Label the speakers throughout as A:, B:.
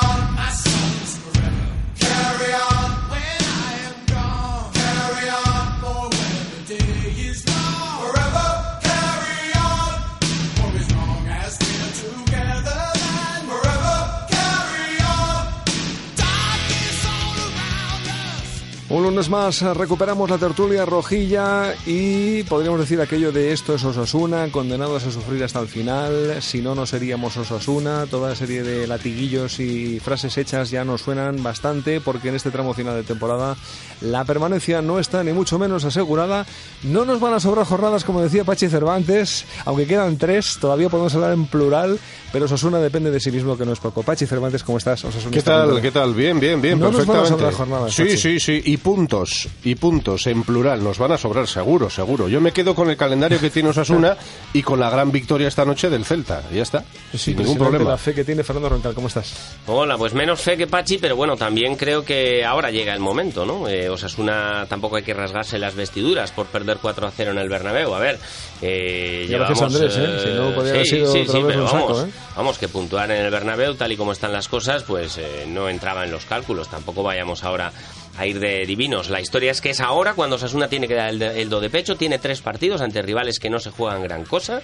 A: on. I saw this forever. Carry on. When I am gone. Carry on. For when the day is long. Forever. Carry on. For as long as we're together. Then forever. Carry on. Darkness all around us.
B: Un lunes más eh, recuperamos la tertulia rojilla y podríamos decir aquello de esto es Osasuna, condenados a sufrir hasta el final, si no, no seríamos Osasuna. Toda la serie de latiguillos y frases hechas ya nos suenan bastante porque en este tramo final de temporada la permanencia no está ni mucho menos asegurada. No nos van a sobrar jornadas, como decía Pachi Cervantes, aunque quedan tres, todavía podemos hablar en plural, pero Osasuna depende de sí mismo que no es poco. Pachi Cervantes, ¿cómo estás? Osasuna
C: ¿Qué
B: está
C: tal?
B: dentro.
C: ¿Qué tal? Bien, bien, bien,
B: No nos van a
C: perfectamente.
B: sobrar jornadas,
C: sí,
B: Pachi.
C: sí, sí, y puntos, y puntos en plural nos van a sobrar seguro, seguro. Yo me quedo con el calendario que tiene Osasuna y con la gran victoria esta noche del Celta, y ya está, sin ningún
B: Impresionante
C: problema.
B: La fe que tiene Fernando Roncal, ¿cómo estás?
D: Hola, pues menos fe que Pachi, pero bueno, también creo que ahora llega el momento, ¿no? Eh, Osasuna tampoco hay que rasgarse las vestiduras por perder 4 a 0 en el Bernabéu. A ver, eh,
B: Gracias,
D: llevamos...
B: Andrés, ¿eh? Si no, podía haber
D: sí,
B: sido
D: sí,
B: otra
D: sí,
B: vez
D: pero
B: un saco,
D: vamos,
B: ¿eh?
D: vamos, que puntuar en el Bernabéu, tal y como están las cosas, pues eh, no entraba en los cálculos. Tampoco vayamos ahora a ir de divinos. La historia es que es ahora cuando Osasuna tiene que dar el, de- el do de pecho, tiene tres partidos ante rivales que no se juegan gran cosa.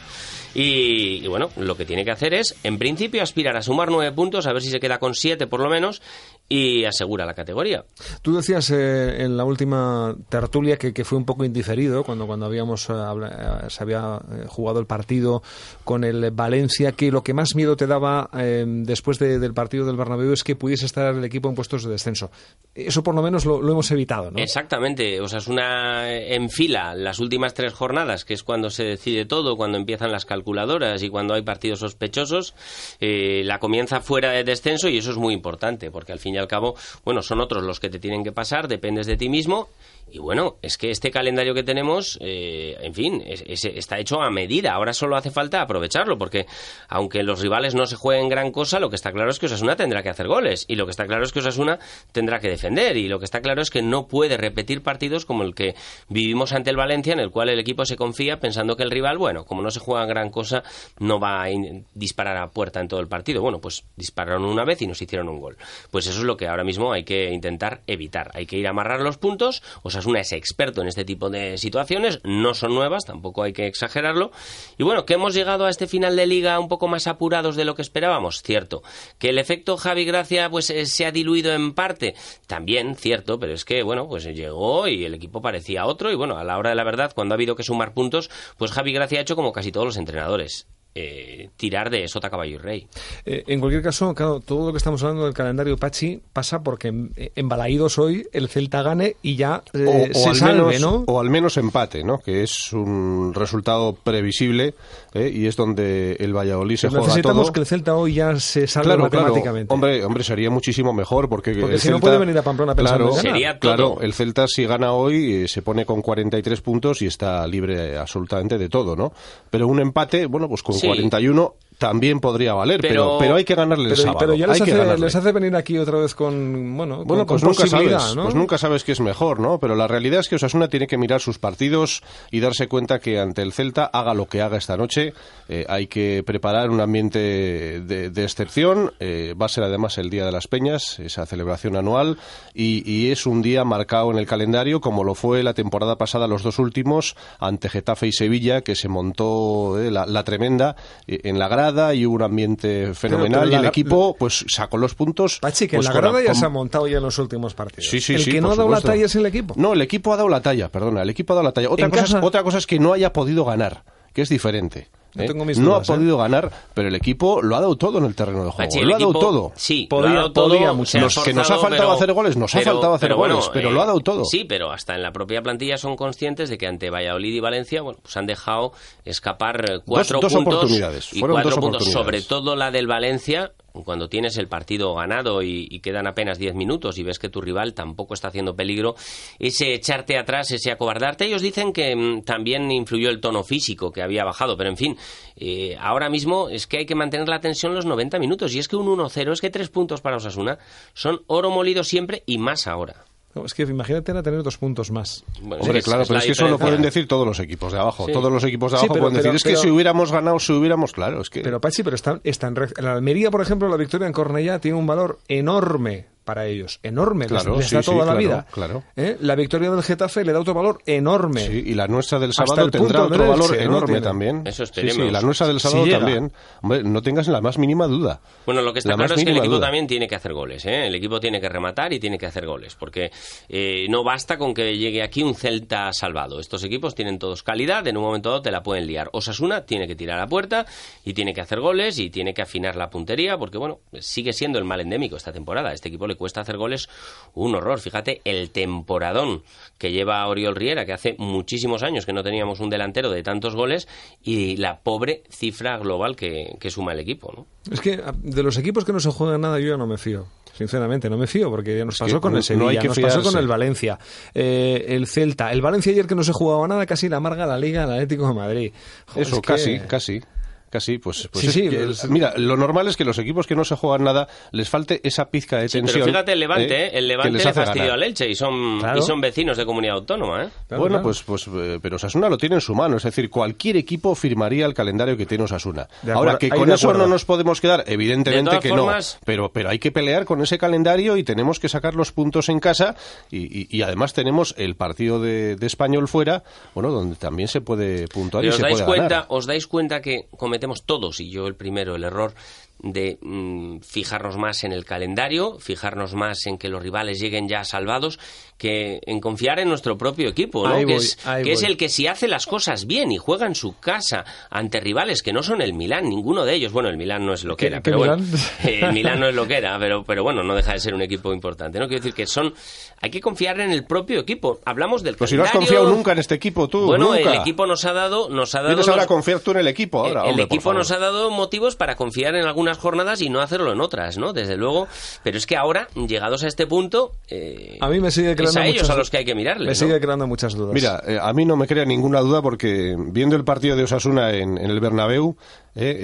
D: Y, y bueno, lo que tiene que hacer es, en principio, aspirar a sumar nueve puntos, a ver si se queda con siete por lo menos, y asegura la categoría.
B: Tú decías eh, en la última tertulia que, que fue un poco indiferido cuando, cuando habíamos eh, habla- eh, se había eh, jugado el partido con el Valencia, que lo que más miedo te daba eh, después de- del partido del Bernabéu es que pudiese estar el equipo en puestos de descenso. Eso por lo menos lo, lo hemos evitado, ¿no?
D: Exactamente, o sea, es una eh, en fila las últimas tres jornadas, que es cuando se decide todo, cuando empiezan las calculadoras y cuando hay partidos sospechosos, eh, la comienza fuera de descenso y eso es muy importante, porque al fin y al cabo, bueno, son otros los que te tienen que pasar, dependes de ti mismo y bueno, es que este calendario que tenemos, eh, en fin, es- es- está hecho a medida. Ahora solo hace falta aprovecharlo, porque aunque los rivales no se jueguen gran cosa, lo que está claro es que Osasuna tendrá que hacer goles. Y lo que está claro es que Osasuna tendrá que defender. Y lo que está claro es que no puede repetir partidos como el que vivimos ante el Valencia, en el cual el equipo se confía pensando que el rival, bueno, como no se juega gran cosa, no va a in- disparar a puerta en todo el partido. Bueno, pues dispararon una vez y nos hicieron un gol. Pues eso es lo que ahora mismo hay que intentar evitar. Hay que ir a amarrar los puntos. Osasuna es experto en este tipo de situaciones. No son nuevas, tampoco hay que exagerarlo. Y bueno, que hemos llegado a este final de liga un poco más apurados de lo que esperábamos, cierto. Que el efecto Javi Gracia pues eh, se ha diluido en parte, también cierto, pero es que bueno, pues llegó y el equipo parecía otro y bueno, a la hora de la verdad, cuando ha habido que sumar puntos, pues Javi Gracia ha hecho como casi todos los entrenadores. eh, tirar de sota caballo y rey.
B: Eh, en cualquier caso, claro, todo lo que estamos hablando del calendario Pachi pasa porque en, en Balaídos hoy el Celta gane y ya eh, se salve,
C: menos,
B: ¿no?
C: o al menos empate, ¿no? Que es un resultado previsible ¿eh? y es donde el Valladolid se juega
B: Necesitamos
C: todo.
B: que el Celta hoy ya se salve
C: Claro, claro.
B: matemáticamente.
C: Hombre, hombre, sería muchísimo mejor porque,
B: Porque
C: el
B: si no
C: Celta-
B: puede venir a Pamplona pensando en
C: claro,
B: ganar.
D: Sería todo.
C: claro, el Celta si gana hoy eh, se pone con 43 puntos y está libre absolutamente de todo, ¿no? Pero un empate, bueno, pues con
D: Sí.
C: 41 también podría valer, pero,
D: Pero-
C: pero, hay que ganarle el
B: pero,
C: sábado.
B: pero ya les
C: hay que
B: hace,
C: ganarle.
B: les hace venir aquí otra vez con bueno,
C: Bueno,
B: con, con
C: pues nunca
B: posibilidad,
C: sabes,
B: ¿no?
C: pues nunca sabes qué es mejor, ¿no? Pero la realidad es que Osasuna tiene que mirar sus partidos y darse cuenta que ante el Celta, haga lo que haga esta noche, eh, hay que preparar un ambiente de, de excepción. eh, va a ser además el Día de las Peñas, esa celebración anual, y, y es un día marcado en el calendario como lo fue la temporada pasada los dos últimos ante Getafe y Sevilla, que se montó eh, la, la tremenda eh, en la grada y hubo un ambiente fenomenal
B: pero la-
C: y el equipo pues sacó los puntos.
B: Pachi, que
C: pues,
B: la
C: con-
B: grada ya
C: con-
B: se ha montado ya en los últimos partidos.
C: Sí, sí,
B: el
C: sí,
B: que no
C: por
B: ha dado la
C: supuesto.
B: talla es el equipo.
C: No, el equipo ha dado la talla, perdona, el equipo ha dado la talla. Otra,
B: En
C: cosa, es-
B: casa-
C: otra cosa es que no haya podido ganar, que es diferente.
B: Yo
C: ¿eh?
B: tengo mis
C: no
B: dudas,
C: ha
B: ¿eh?
C: podido ganar, pero el equipo lo ha dado todo en el terreno de juego.
D: Pachi, el
C: Oh, lo ha dado
D: equipo-
C: todo.
D: Sí,
B: Podía-
D: lo ha dado todo.
B: podía mucho.
D: se ha
C: Los que nos ha
D: esforzado,
C: faltado
D: pero-
C: hacer goles, nos ha
D: pero-
C: faltado hacer
D: pero bueno, eh,
C: goles, pero lo ha dado todo.
D: Sí, pero hasta en la propia plantilla son conscientes de que ante Valladolid y Valencia, bueno, pues han dejado escapar eh, cuatro
C: dos
D: puntos
C: oportunidades,
D: y
C: fueron
D: cuatro
C: dos
D: puntos, sobre
C: oportunidades.
D: todo la del Valencia, Cuando tienes el partido ganado y, y quedan apenas 10 minutos y ves que tu rival tampoco está haciendo peligro, ese echarte atrás, ese acobardarte, ellos dicen que mm, también influyó el tono físico que había bajado, pero en fin, eh, ahora mismo es que hay que mantener la tensión los 90 minutos y es que un 1-0, es que tres puntos para Osasuna son oro molido siempre y más ahora.
B: No, es que imagínate a tener dos puntos más.
D: Bueno,
C: Hombre,
D: es-
C: claro,
D: es
C: pero
D: la
C: es que eso lo
D: diferencia.
C: pueden decir todos los equipos de abajo.
D: Sí.
C: Todos los equipos de
B: Sí,
C: abajo
B: pero-
C: pueden decir,
B: pero-
C: es que
B: pero-
C: si hubiéramos ganado, si hubiéramos, claro, es que...
B: Pero Pachi, pero están, están re- la Almería, por ejemplo, la victoria en Cornellá tiene un valor enorme para ellos, enorme, les-
C: Claro,
B: les,
C: sí,
B: da
C: sí,
B: toda la
C: claro,
B: vida.
C: claro.
B: ¿Eh? La victoria del Getafe le da otro valor enorme.
C: Sí, y la nuestra del
B: Hasta
C: sábado
B: el
C: tendrá
B: punto
C: otro
B: del
C: valor
B: Elche, ¿no?
C: enorme
B: Tiene.
C: también.
D: Eso
C: sí,
D: esperemos.
C: sí, la nuestra del sábado
B: llega.
C: también. Hombre, no tengas la más mínima duda.
D: Bueno, lo que está
C: La
D: claro
C: más
D: es que el
C: mínima
D: equipo
C: duda.
D: también tiene que hacer goles. ¿eh? El equipo tiene que rematar y tiene que hacer goles. Porque eh, no basta con que llegue aquí un Celta salvado. Estos equipos tienen todos calidad. En un momento dado te la pueden liar. Osasuna tiene que tirar a puerta y tiene que hacer goles y tiene que afinar la puntería. Porque, bueno, sigue siendo el mal endémico esta temporada. A este equipo le cuesta hacer goles un horror. Fíjate el temporadón que lleva Oriol Riera, que hace muchísimos años que no teníamos un delantero de tantos goles y la pobre cifra global que, que suma el equipo. ¿no?
B: Es que a- de los equipos que no se juegan nada yo ya no me fío. Sinceramente, no me fío porque nos
C: que
B: pasó con
C: no-
B: el
C: no
B: Sevilla,
C: hay que
B: nos pasó
C: fiarse.
B: con el Valencia, eh, el Celta. El Valencia ayer que no se jugaba nada, casi la amarga la Liga al Atlético de Madrid. Joder,
C: Eso,
B: es que-
C: casi, casi. Casi, pues, pues
B: Sí,
C: es
B: sí,
C: que-
B: pues-
C: mira, lo normal es que los equipos que no se juegan nada les falte esa pizca de
D: Sí,
C: tensión.
D: pero fíjate el Levante,
C: eh,
D: ¿eh? el
C: que
D: Levante
C: les
D: le
C: hace ganar.
D: fastidió al Elche y son,
B: Claro.
D: y son vecinos de comunidad autónoma. ¿eh?
B: Claro,
C: bueno,
B: claro.
C: pues, pues, eh, pero Osasuna lo tiene en su mano, es decir, cualquier equipo firmaría el calendario que tiene Osasuna.
B: De acuerdo,
C: Ahora, que
B: ahí
C: con
B: de
C: eso
B: acuerdo.
C: no nos podemos quedar,
D: De
C: evidentemente
D: todas
C: que
D: formas-
C: no, pero, pero hay que pelear con ese calendario y tenemos que sacar los puntos en casa y, y- y además tenemos el partido de, de Español fuera, bueno, donde también se puede puntuar
D: Pero
C: y
D: os
C: se
D: dais,
C: puede
D: cuenta,
C: ganar.
D: os dais cuenta que cometemos todos, y yo el primero, el error de mm, fijarnos más en el calendario, fijarnos más en que los rivales lleguen ya salvados, que en confiar en nuestro propio equipo, ¿no?
B: Ahí
D: que
B: voy,
D: es,
B: ahí
D: que es
B: voy.
D: el que si hace las cosas bien y juega en su casa ante rivales que no son el Milán, ninguno de ellos, bueno, el Milán no es lo que
B: ¿Qué-
D: era,
B: qué
D: pero bueno,
B: Milán?
D: eh, el Milán no es lo que era, pero, pero bueno, no deja de ser un equipo importante, ¿no? Quiero decir que son, hay que confiar en el propio equipo, hablamos del
C: Pues si no has
D: calendario,
C: confiado nunca en este equipo, tú,
D: bueno,
C: nunca.
D: el equipo nos ha dado, nos ha dado
C: Vienes ahora a
D: los-
C: confiar tú en el equipo ahora,
D: el
C: hombre, por
D: equipo
C: favor.
D: nos ha dado motivos para confiar en algunas jornadas y no hacerlo en otras, ¿no? Desde luego. Pero es que ahora, llegados a este punto, eh,
B: A mí me sigue
D: es
B: creando
D: a ellos
B: muchas-
D: a los que hay que mirarles.
B: me
D: ¿no?
B: sigue creando muchas dudas.
C: Mira, eh, a mí no me crea ninguna duda porque viendo el partido de Osasuna en, en el Bernabéu, eh,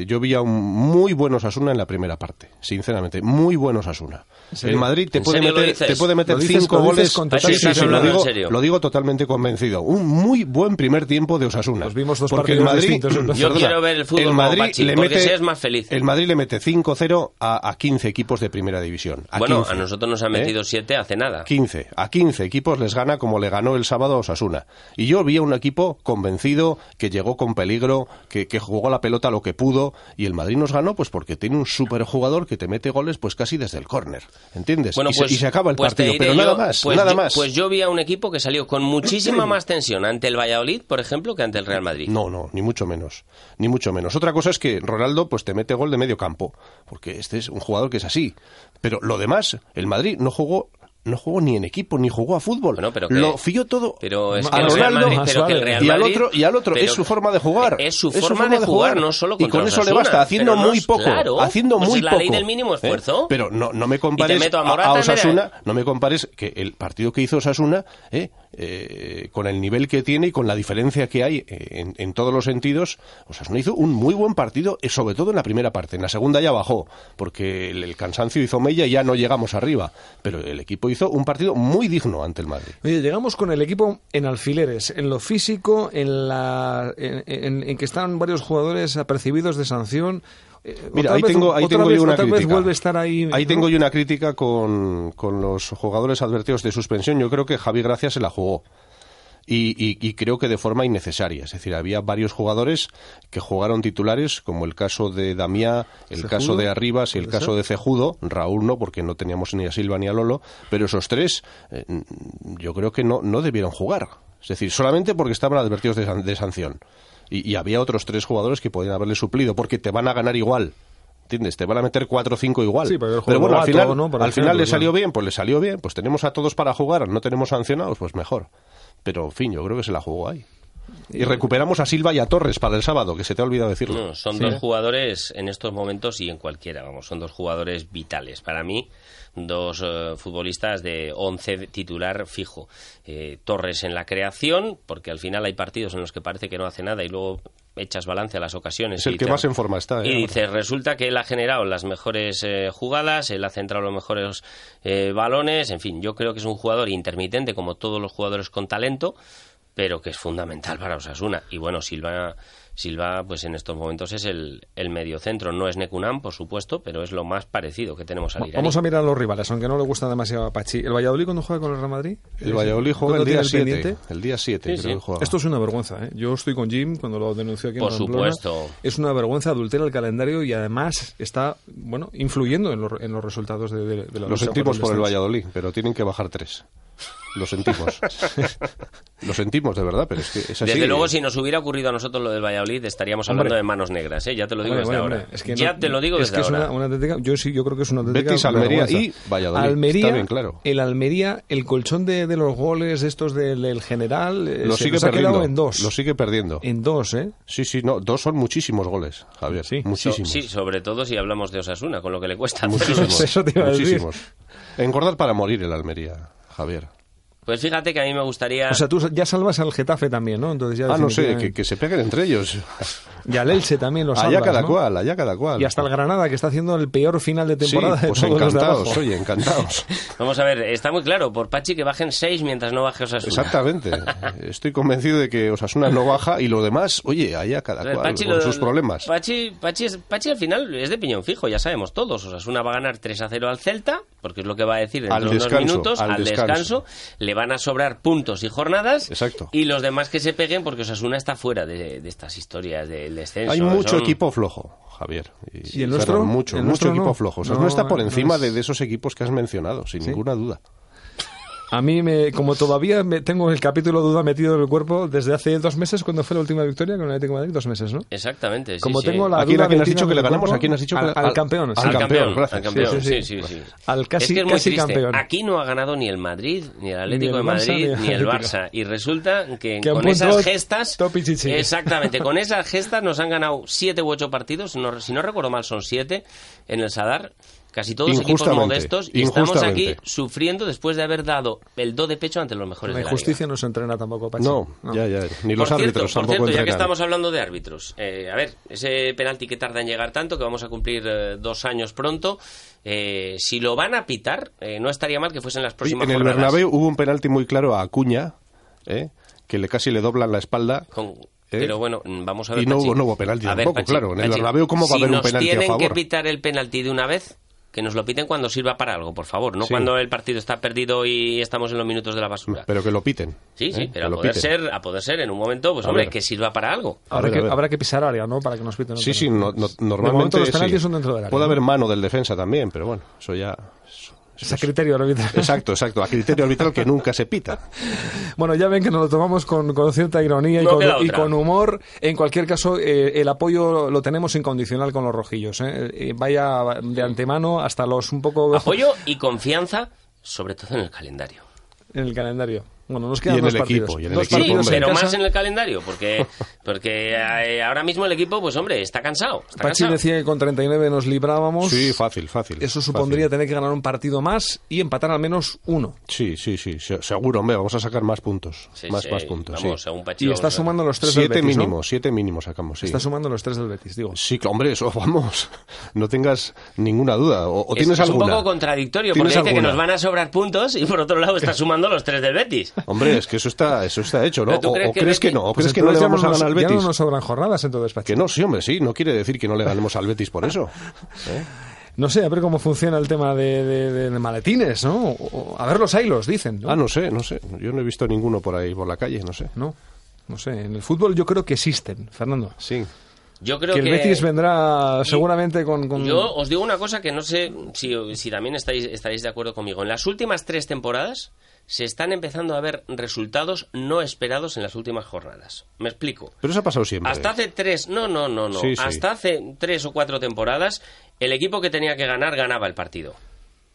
C: eh, yo vi a un muy buen Osasuna en la primera parte, sinceramente, muy buen Osasuna.
B: serio?
C: El Madrid te
D: ¿En
C: puede
D: serio lo
C: meter,
D: dices?
C: te puede meter
B: ¿Lo dices-
C: cinco
B: lo dices
C: goles.
B: con
C: Sí,
D: total
C: sí, sí, lo,
D: seguridad?
C: digo,
D: ¿En serio?
C: lo digo totalmente convencido. Un muy buen primer tiempo de Osasuna.
B: Los vimos dos
C: porque el
B: partidos
C: Madrid,
B: distintos, ¿no? Yo
D: quiero ver el fútbol como Pachi, porque seas más feliz.
C: El Madrid le mete 5-0 a, a 15 equipos de primera división. A
D: bueno,
C: 15,
D: a nosotros nos han
C: ¿eh?
D: metido siete hace nada.
C: 15. A 15 equipos les gana como le ganó el sábado a Osasuna. Y yo vi a un equipo convencido, que llegó con peligro, que, que jugó la pelota lo que pudo. Y el Madrid nos ganó pues porque tiene un superjugador que te mete goles pues casi desde el córner. ¿Entiendes?
D: Bueno,
C: y, se,
D: pues,
C: y se acaba el
D: pues te
C: partido.
D: diré
C: Pero nada
D: yo-
C: más,
D: pues
C: nada
D: yo-
C: más.
D: Pues yo vi a un equipo que salió con muchísima más tensión ante el Valladolid, por ejemplo, que ante el Real Madrid.
C: No, no, ni mucho menos. Ni mucho menos. Otra cosa es que Ronaldo pues te mete gol de medio campo, porque este es un jugador que es así. Pero lo demás, el Madrid no jugó no jugó ni en equipo, ni jugó a fútbol.
D: Bueno, pero que-
C: lo fió todo
D: Pero es
C: a
D: que el Real
C: Ronaldo
D: Madrid, pero que el Real
C: y al
D: Madrid-
C: otro, y al otro.
D: pero-
C: es su forma de jugar.
D: Es su forma, de, jugar, no solo
C: Y
D: contra
C: con eso le
D: Osasuna,
C: basta, haciendo
D: pero no
C: muy
D: es-
C: poco.
D: claro,
C: haciendo
D: pues
C: muy
D: es la
C: poco.
D: ley del mínimo
C: ¿eh?
D: esfuerzo.
C: Pero no, no me compares
D: meto a
C: a,
D: Morata,
C: a
D: mira.
C: Osasuna, no me compares que el partido que hizo Osasuna, eh, eh, con el nivel que tiene y con la diferencia que hay eh, en, en todos los sentidos, Osasuna hizo un muy buen partido, eh, sobre todo en la primera parte. En la segunda ya bajó, porque el, el cansancio hizo mella y ya no llegamos arriba. Pero el equipo hizo un partido muy digno ante el Madrid.
B: Oye, llegamos con el equipo en alfileres, en lo físico, en la en, en- en que están varios jugadores apercibidos de sanción. Eh,
C: Mira,
B: otra
C: ahí
B: vez-
C: tengo, ahí
B: otra
C: tengo
B: vez-
C: yo una
B: otra vez
C: crítica.
B: vuelve a estar ahí.
C: Ahí
B: ¿no?
C: tengo yo una crítica con, con los jugadores advertidos de suspensión. Yo creo que Javi Gracia se la jugó. Y, y- y creo que de forma innecesaria. Es decir, había varios jugadores que jugaron titulares, como el caso de Damiá, el
B: ¿Cejudo?
C: caso de Arribas y el
B: ¿Puede
C: caso de Cejudo. Raúl no, porque no teníamos ni a Silva ni a Lolo. Pero esos tres, eh, yo creo que no, no debieron jugar. Es decir, solamente porque estaban advertidos de, san- de sanción. Y, y había otros tres jugadores que podían haberle suplido, porque te van a ganar igual. ¿Entiendes? Te van a meter 4 o 5 igual.
B: Sí, pero el juego
C: bueno,
B: va
C: al final,
B: todo, ¿no? Para
C: al
B: el final,
C: final le
B: pues,
C: salió
B: bueno.
C: bien, pues le salió bien. Pues tenemos a todos para jugar, no tenemos sancionados, pues mejor. Pero, en fin, yo creo que se la jugó ahí. Y recuperamos a Silva y a Torres para el sábado, que se te ha olvidado decirlo.
D: No, son
B: Sí.
D: dos jugadores en estos momentos y en cualquiera, vamos, son dos jugadores vitales. Para mí, dos eh, futbolistas de 11 titular fijo. Eh, Torres en la creación, porque al final hay partidos en los que parece que no hace nada y luego echas balance a las ocasiones.
C: Es el
D: y
C: que
D: te-
C: más en forma
B: Ah,
C: está. ¿eh?
D: y dice, resulta que él ha generado las mejores eh, jugadas, él ha centrado los mejores eh, balones, en fin, yo creo que es un jugador intermitente como todos los jugadores con talento, pero que es fundamental para Osasuna. Y bueno, Silva, Silva pues en estos momentos es el, el mediocentro, no es Necunam, por supuesto, pero es lo más parecido que tenemos al
B: Va-
D: Iraní.
B: Vamos a mirar los rivales, aunque no le gusta demasiado a Pachi. ¿El Valladolid cuando juega con el Real Madrid?
C: El Valladolid juega
B: ¿Cuándo
C: el día
B: tiene
C: 7.
B: pendiente?
C: El día 7
D: Sí,
C: creo
D: sí.
C: que juega.
B: Esto es una vergüenza, ¿eh? Yo estoy con Jim cuando lo denunció aquí en
D: Por
B: Pamplona.
D: supuesto.
B: Es una vergüenza, adultera el calendario y además está, bueno, influyendo en, los- en los resultados de, de, de la
C: Lo
B: lucha
C: sentimos por el
B: descenso.
C: Valladolid, pero tienen que bajar tres. Lo sentimos. lo sentimos, de verdad, pero es que es así.
D: Desde luego, si nos hubiera ocurrido a nosotros lo del Valladolid, estaríamos hablando de manos negras, ¿eh? ya te lo digo
B: Hombre,
D: desde
B: hombre,
D: ahora.
B: hombre, es que
D: ya
B: no-
D: te lo digo
B: es
D: desde
B: que es una-
D: ahora.
B: una auténtica- yo sí, yo creo que es una auténtica
C: Betis, Almería
B: vergüenza.
C: y Valladolid.
B: Almería,
C: Está bien claro.
B: El Almería, el colchón de, de los goles estos del, del general, eh,
C: lo
B: se
C: sigue
B: nos ha
C: perdiendo.
B: quedado en dos.
C: Lo sigue perdiendo.
B: En dos, ¿eh?
C: Sí, sí, no, dos son muchísimos goles, Javier.
B: Sí.
D: So-
C: muchísimos.
D: sí, sobre todo si hablamos de Osasuna, con lo que le cuesta. hacerlo.
C: Muchísimos.
B: Eso te iba a decir.
C: muchísimos. Engordar para morir el Almería, Javier.
D: Pues fíjate que a mí me gustaría...
B: O sea, tú ya salvas al Getafe también, ¿no? Entonces ya
C: Ah, no sé, que,
B: definitivamente.
C: que se peguen entre ellos.
B: Y al Elche también lo salvas,
C: allá cada
B: ¿no?
C: cual, allá cada cual.
B: Y hasta el Granada, que está haciendo el peor final de temporada
C: sí, pues
B: de todos los de
C: encantados,
B: abajo.
C: oye, encantados.
D: Vamos a ver, está muy claro, por Pachi que bajen seis mientras no baje Osasuna.
C: Exactamente. Estoy convencido de que Osasuna no baja y lo demás, oye, allá cada
D: Entonces,
C: cual
D: Pachi
C: con
D: lo-
C: sus problemas.
D: Pachi, Pachi, es- Pachi al final es de piñón fijo, ya sabemos todos. Osasuna va a ganar 3 a 0 al Celta, porque es lo que va a decir dentro
C: Al
D: de unos
C: descanso,
D: minutos.
C: al
D: Al, descanso. le van a sobrar puntos y jornadas.
C: Exacto.
D: Y los demás que se peguen, porque Osasuna está fuera de, de estas historias del descenso.
C: Hay mucho
D: Son-
C: equipo flojo, Javier.
B: ¿Y el nuestro?
C: Ferran, mucho,
B: ¿El
C: mucho
B: nuestro
C: equipo
B: no?
C: flojo. Osasuna
B: No,
C: está por
B: no
C: encima
B: es-
C: de, de esos equipos que has mencionado, sin ninguna duda.
B: A mí, me, como todavía me- tengo el capítulo duda metido en el cuerpo desde hace dos meses, cuando fue la última victoria con el Atlético de Madrid, dos meses,
D: Eh,
B: ¿no?
D: Exacamente. sí,
B: Como
D: sí.
B: tengo la
C: ¿A quién,
B: duda
C: a quién has
B: metida
C: dicho
B: en
C: que
B: el
C: le ganamos?
B: cuerpo,
C: ¿A quién has dicho que
B: al,
C: le-
B: al campeón? sí.
D: Al campeón,
C: gracias.
D: al campeón,
B: Sí, sí, sí.
D: sí, sí, sí.
B: Al casi-
D: es que es muy
B: casi
D: triste.
B: campeón.
D: Aquí no ha ganado ni el Madrid, ni el Atlético
B: Ni el
D: de
B: Barça, ni
D: Madrid,
B: el
D: ni el
B: Atlético.
D: Barça. Y resulta que,
B: Que han
D: con
B: puesto
D: esas gestas...
B: top y chichi.
D: Exactamente, con esas gestas nos han ganado siete u ocho partidos, no- si no recuerdo mal son siete, en el Sadar. Casi todos equipos
C: Injustamente,
D: modestos y estamos aquí
C: injustamente.
D: sufriendo después de haber dado el do de pecho ante los mejores
B: La
D: de la
B: injusticia no se entrena tampoco, Pachi.
C: No, ya, ya. Ni los
D: por cierto,
C: árbitros
D: por
C: tampoco
D: cierto, ya que
C: entrenan.
D: estamos hablando de árbitros, eh, a ver, ese penalti que tarda en llegar tanto, que vamos a cumplir eh, dos años pronto, eh, si lo van a pitar, eh, no estaría mal que fuesen las
C: Oye,
D: próximas
C: en el
D: jornadas.
C: Bernabéu hubo un penalti muy claro a Acuña, ¿eh? que le casi le doblan la espalda.
D: Con-
C: ¿Eh?
D: Pero bueno, mm, vamos a
C: Y
D: ver.
C: no
D: Pachi.
C: hubo- no hubo penalti
D: A ver,
C: tampoco,
D: Pachi,
C: claro. En el
D: Pachi,
C: Bernabéu, ¿cómo va a
D: si
C: haber un
D: nos
C: penalti a
D: tienen
C: favor?
D: que pitar el penalti de una vez, que nos lo piten cuando sirva para algo, por favor. No
C: Sí.
D: cuando el partido está perdido y estamos en los minutos de la basura.
C: Pero que lo piten.
D: sí, sí,
C: ¿eh?
D: pero
C: Que
D: a
C: lo
D: poder,
C: piten.
D: ser, a poder ser en un momento, pues
C: A
D: hombre,
C: ver.
D: que sirva para algo.
C: A ver,
B: Habrá,
C: a
B: que,
C: ver.
B: habrá que pisar área, ¿no? Para que nos piten.
C: Sí,
B: otro.
C: sí, no- no-
B: De
C: normalmente
B: momento los
C: sí.
B: penaltis son dentro del área.
C: Puede
B: ¿no?
C: haber mano del defensa también, pero bueno, eso ya... eso-
B: Es a criterio arbitral.
C: Exacto, exacto, a criterio arbitral que nunca se pita.
B: Bueno, ya ven que nos lo tomamos con, con cierta ironía y,
D: No
B: con,
D: queda
B: y
D: otra.
B: con humor. En cualquier caso, eh, el apoyo lo tenemos incondicional con los rojillos. ¿eh? Eh, Vaya de antemano hasta los un poco
D: Apoyo y confianza, sobre todo en el calendario.
B: en el calendario. Bueno, nos quedan
C: Y en
B: dos
C: el equipo,
B: partidos.
C: y en el
B: Dos
C: equipo,
D: Sí,
B: partidos
C: hombre.
D: pero
B: en
D: más
B: casa.
D: en el calendario, porque, porque eh, ahora mismo el equipo, pues hombre, está cansado. Está
B: Pachi
D: cansado.
B: decía que con 39 nos librábamos.
C: Sí, fácil, fácil.
B: Eso
C: fácil.
B: supondría tener que ganar un partido más y empatar al menos uno.
C: Sí, sí, sí, se- seguro, hombre, vamos a sacar más puntos.
D: Sí,
C: más,
D: sí,
C: más puntos,
D: vamos,
C: sí.
D: según Pachi,
B: Y
D: vamos
B: está
D: a-
B: sumando los tres
C: Siete
B: del Betis, ¿no?
C: mínimos, siete mínimos sacamos, sí.
B: Está sumando los tres del Betis, digo.
C: Sí, que, hombre, eso vamos. No tengas ninguna duda. O, o
D: Es-
C: tienes
D: es
C: alguna.
D: un poco contradictorio, porque
C: ¿Tienes
D: dice que
C: alguna?
D: nos van a sobrar puntos y por otro lado está sumando los tres del Betis.
C: Hombre, es que eso está, eso está hecho, ¿no?
D: ¿Pero tú
C: O,
D: crees
C: o
D: que
C: crees
D: Betis-
C: que no, o
B: Pues
C: crees que no le
B: entonces ya
C: vamos a
B: nos-
C: ganar al
B: ya
C: Betis.
B: no nos sobran jornadas entonces, Pachi.
C: Que no, sí, hombre, sí. No quiere decir que no le ganemos al Betis por eso.
B: No sé, a ver cómo funciona el tema de, de- de- de maletines, ¿no? O- o- a ver los hilos, dicen, ¿no?
C: Ah, no sé, no sé. Yo no he visto ninguno por ahí, por la calle, no sé.
B: No, no sé. En el fútbol yo creo que existen, Fernando.
C: Sí.
D: Yo creo
B: Que
D: que,
B: el Betis vendrá seguramente con... con-
D: Yo os digo una cosa que no sé si, si también estáis, estaréis de acuerdo conmigo. En las últimas tres temporadas se están empezando a ver resultados no esperados en las últimas jornadas. Me explico.
C: Pero eso ha pasado siempre.
D: Hasta hace tres, no, no, no, no.
C: Sí, sí.
D: Hasta hace tres o cuatro temporadas, el equipo que tenía que ganar ganaba el partido.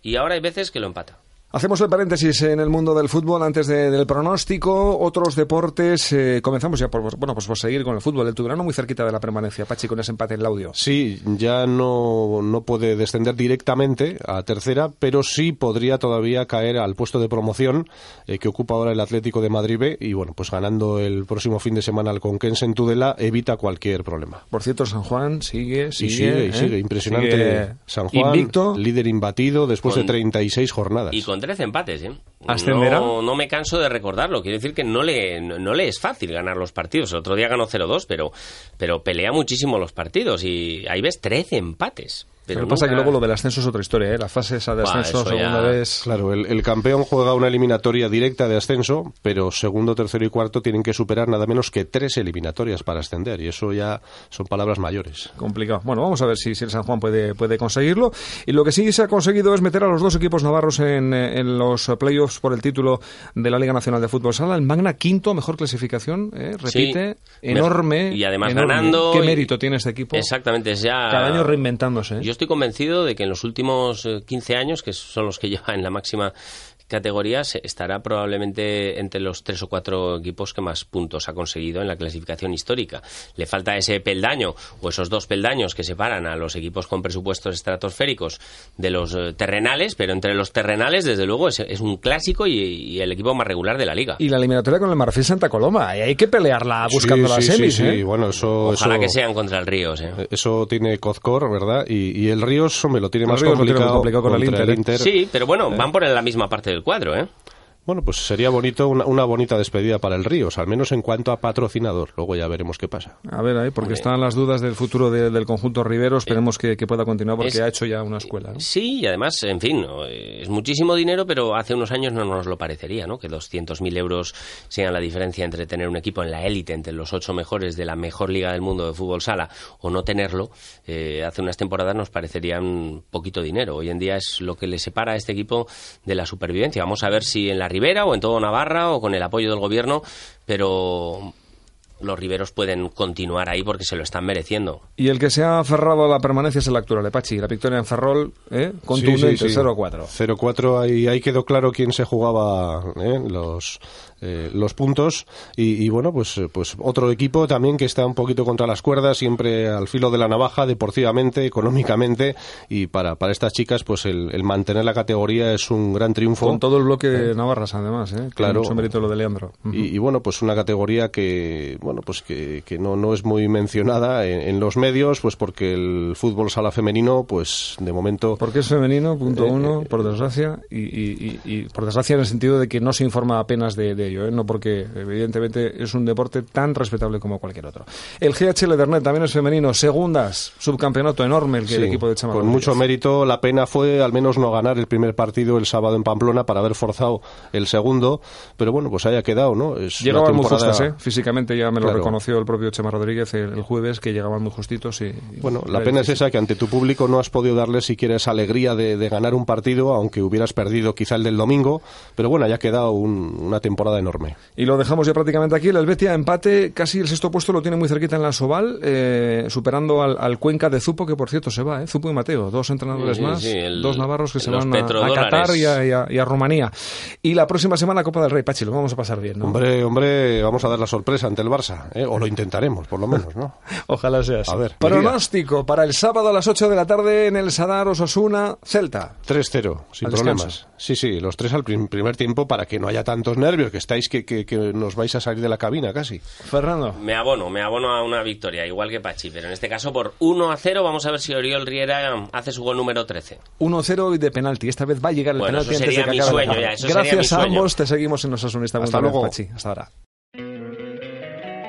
D: Y ahora hay veces que lo empata.
B: Hacemos el paréntesis en el mundo del fútbol antes de- del pronóstico. Otros deportes. eh, comenzamos ya por, bueno, pues por seguir con el fútbol. El Tuberano muy cerquita de la permanencia, Pachi, con ese empate en Laudio.
C: Sí, ya no, no puede descender directamente a tercera, pero sí podría todavía caer al puesto de promoción eh, que ocupa ahora el Atlético de Madrid B y bueno, pues ganando el próximo fin de semana al Conquense en Tudela evita cualquier problema.
B: Por cierto, San Juan sigue, sigue,
C: Y sigue,
B: ¿eh?
C: y sigue, impresionante.
B: Sigue
C: San Juan,
B: Invicto.
C: líder imbatido después
D: Con-
C: de 36 jornadas.
D: Y con 13 empates, ¿eh?
B: ¿Ascenderá?
D: No, no me canso de recordarlo. Quiero decir que no le, no, no le es fácil ganar los partidos. El otro día ganó 0-2, pero, pero pelea muchísimo los partidos. Y ahí ves 13 empates.
B: Pero
D: Pero
B: pasa que
D: nunca-
B: luego lo del ascenso es otra historia, ¿eh? La fase esa de
D: Buah,
B: ascenso,
D: eso
B: segunda
D: ya-
B: vez.
C: Claro, el, el campeón juega una eliminatoria directa de ascenso, pero segundo, tercero y cuarto tienen que superar nada menos que tres eliminatorias para ascender, y eso ya son palabras mayores.
B: Complicado. Bueno, vamos a ver si, si el San Juan puede, puede conseguirlo. Y lo que sí se ha conseguido es meter a los dos equipos navarros en, eh, en los playoffs por el título de la Liga Nacional de Fútbol Sala. El Magna, quinto, mejor clasificación, ¿eh?
D: Sí.
B: repite, enorme.
D: Y además
B: enorme.
D: ganando.
B: ¿Qué
D: y-
B: mérito tiene este equipo?
D: Exactamente, es ya.
B: Cada año reinventándose. ¿eh?
D: Yo estoy convencido de que en los últimos eh, 15 años, que son los que lleva en la máxima categoría, se- estará probablemente entre los tres o cuatro equipos que más puntos ha conseguido en la clasificación histórica. Le falta ese peldaño o esos dos peldaños que separan a los equipos con presupuestos estratosféricos de los eh, terrenales, pero entre los terrenales, desde luego, es, es un clásico y, y el equipo más regular de la liga.
B: Y la eliminatoria con el Marfil Santa Coloma. Y hay que pelearla buscando
C: Sí,
B: las
C: sí, sí,
B: semis.
C: sí,
B: ¿eh?
C: bueno, eso,
D: Ojalá
C: eso-
D: que sean contra el Ríos. ¿eh?
C: Eso tiene Cozcor, ¿verdad? Y, y el Ríos, hombre, lo tiene
B: El
C: más
B: Ríos lo tiene
C: complicado,
B: más complicado con el
C: contra
B: Inter, ¿eh?
D: Sí, pero bueno, van por la misma parte del cuadro, ¿eh?
C: Bueno, pues sería bonito, una, una bonita despedida para el Ríos, al menos en cuanto a patrocinador. Luego ya veremos qué pasa.
B: A ver, ahí, porque están las dudas del futuro de- del conjunto Rivero. Esperemos que, que pueda continuar porque
D: Eh, es-
B: ha hecho ya una escuela. ¿no?
D: Sí, y además, en fin, no, eh, es muchísimo dinero, pero hace unos años no nos lo parecería, ¿no? Que 200.000 euros sean la diferencia entre tener un equipo en la élite, entre los ocho mejores de la mejor liga del mundo de fútbol sala, o no tenerlo, eh, hace unas temporadas nos parecería un poquito dinero. Hoy en día es lo que le separa a este equipo de la supervivencia. Vamos a ver si en la Ribera o en todo Navarra o con el apoyo del gobierno, pero los riberos pueden continuar ahí porque se lo están mereciendo.
B: Y el que se ha aferrado a la permanencia es el actual, Epachi. La victoria en Ferrol, ¿eh? contundente, 0-4.
C: 0-4, ahí, ahí quedó claro quién se jugaba ¿eh? los, eh, los puntos. Y, y bueno, pues, eh, pues otro equipo también que está un poquito contra las cuerdas, siempre al filo de la navaja, deportivamente, económicamente. Y para, para estas chicas, pues el, el mantener la categoría es un gran triunfo.
B: Con todo el bloque de Navarras, además, ¿eh? Tiene
C: Claro.
B: Mucho mérito lo de Leandro. Ujú.
C: Y, y, bueno, pues una categoría que bueno pues que, que no, no es muy mencionada en, en los medios, pues porque el fútbol sala femenino, pues de momento
B: Porque es femenino,
C: Eh,
B: punto uno, por desgracia, y, y- y- y por desgracia en el sentido de que no se informa apenas de, de ello, ¿eh? no porque evidentemente es un deporte tan respetable como cualquier otro. El GHL de Ernet también es femenino, segundas, subcampeonato enorme el que el
C: sí,
B: equipo de Chama
C: con
B: Rodríguez.
C: mucho mérito. La pena fue al menos no ganar el primer partido el sábado en Pamplona para haber forzado el segundo, pero bueno, pues haya quedado, ¿no? Es una
B: Llegaban muy
C: temporada-
B: justas, ¿eh? físicamente ya me lo
C: Claro.
B: reconoció el propio Chema Rodríguez el, el jueves, que llegaban muy justitos. Y, y-
C: Bueno, la pena es esa que ante tu público no has podido darle siquiera esa alegría de, de ganar un partido, aunque hubieras perdido quizá el del domingo, pero bueno, haya quedado un- una temporada enorme.
B: Y lo dejamos ya prácticamente aquí. El Helvetia empate, casi el sexto puesto lo tiene muy cerquita en la Soval, eh, superando al, al Cuenca de Zupo, que por cierto se va, ¿eh? Zupo y Mateo, dos entrenadores
D: Sí, sí,
B: más,
D: sí, el-
B: dos navarros que se
D: los
B: van a, a
D: petrodólares.
B: Qatar y a, y a- y a Rumanía. Y la próxima semana Copa del Rey, Pachi, lo vamos a pasar bien, ¿no?
C: Hombre, hombre, vamos a dar la sorpresa ante el Barça, ¿eh? o lo intentaremos, por lo menos, ¿no?
B: Ojalá sea así.
C: A ver,
B: Pronóstico para el sábado a las 8 de la tarde en el Sadar Osasuna Celta.
C: 3-0, sin
B: Al
C: problemas.
B: descanso.
C: Sí, sí, los tres al prim- primer tiempo para que no haya tantos nervios, que estáis que, que, que nos vais a salir de la cabina casi.
B: Fernando.
D: Me abono, me abono a una victoria, igual que Pachi, pero en este caso por 1 a 0 vamos a ver si Oriol Riera hace su gol número 13.
B: 1-0 y de penalti. Esta vez va a llegar el
D: Bueno,
B: penalti
D: eso
B: antes de
D: sería
B: que
D: mi
B: acabe
D: sueño
B: la jornada.
D: ya, eso sería mi
B: Gracias a
D: suesto.
B: ambos, te seguimos en Osasunista.
C: Hasta
B: Punto net,
C: luego.
B: Pachi. Hasta ahora.